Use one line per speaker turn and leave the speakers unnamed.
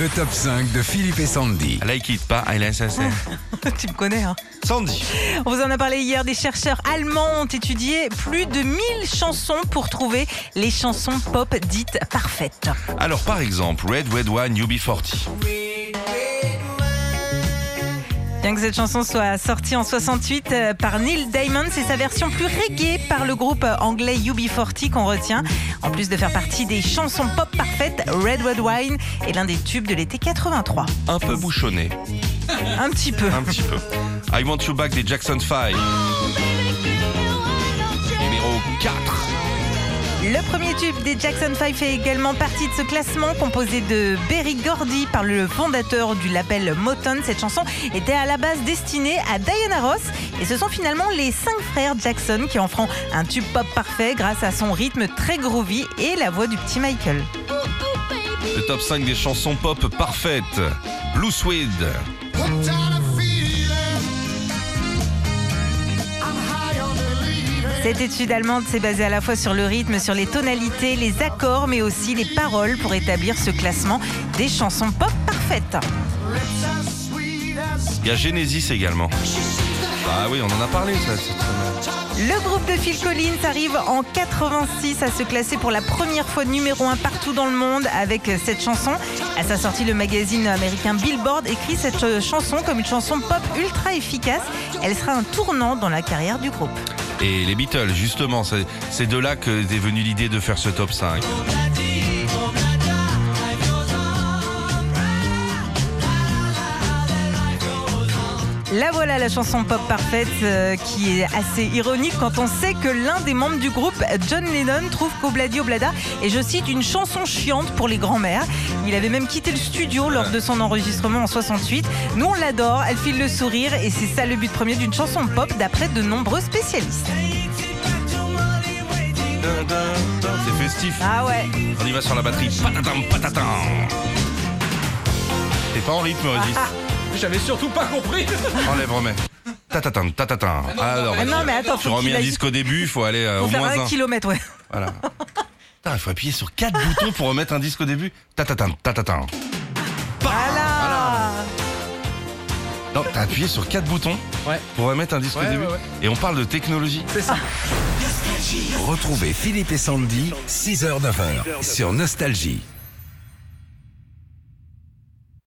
Le top 5 de Philippe et Sandy.
Like it, pas LSSR.
tu me connais. Hein.
Sandy.
On vous en a parlé hier. Des chercheurs allemands ont étudié plus de 1000 chansons pour trouver les chansons pop dites parfaites.
Alors, par exemple, Red Red One, UB40.
Bien que cette chanson soit sortie en 68 euh, par Neil Diamond, c'est sa version plus reggae par le groupe anglais UB40 qu'on retient. En plus de faire partie des chansons pop parfaites, Red Red Wine est l'un des tubes de l'été 83.
Un peu bouchonné.
Un petit peu.
Un petit peu. I Want You Back des Jackson 5. Numéro 4.
Le premier tube des Jackson 5 fait également partie de ce classement composé de Berry Gordy par le fondateur du label Motown. Cette chanson était à la base destinée à Diana Ross et ce sont finalement les cinq frères Jackson qui en feront un tube pop parfait grâce à son rythme très groovy et la voix du petit Michael.
Le top 5 des chansons pop parfaites. Blue Swede.
Cette étude allemande s'est basée à la fois sur le rythme, sur les tonalités, les accords, mais aussi les paroles pour établir ce classement des chansons pop parfaites.
Il y a Genesis également. Ah oui, on en a parlé, ça. cette semaine.
Le groupe de Phil Collins arrive en 86 à se classer pour la première fois numéro 1 partout dans le monde avec cette chanson. À sa sortie, le magazine américain Billboard écrit cette euh, chanson comme une chanson pop ultra efficace. Elle sera un tournant dans la carrière du groupe.
Et les Beatles, justement, c'est- c'est de là que est venue l'idée de faire ce top 5.
La voilà la chanson pop parfaite euh, qui est assez ironique quand on sait que l'un des membres du groupe, John Lennon, trouve qu'Obladi Oblada est, je cite, une chanson chiante pour les grands-mères. Il avait même quitté le studio lors de son enregistrement en 68. Nous, on l'adore, elle file le sourire et c'est ça le but premier d'une chanson pop d'après de nombreux spécialistes.
C'est festif.
Ah ouais,
On y va sur la batterie. Patatam, patatam. T'es pas en rythme, Régis.
Ah, J'avais surtout pas compris. Ah,
Enlève, remets. Tatatin, tatatin. Alors,
mais- Non, mais attends,
Bah, tu
faut
remets
qu'il
un
aille-
disque au début, faut aller euh,
pour
au
faire
moins
un
un.
kilomètre, ouais.
Voilà. Putain, il faut appuyer sur quatre boutons pour remettre un disque au début. Tatatin, tatatin.
Voilà.
Non, t'as appuyé sur quatre boutons
Ouais.
pour remettre un disque
Ouais,
au début.
ouais, ouais.
Et on parle de technologie.
Retrouvez Philippe et Sandy, 6h-9h, sur Nostalgie.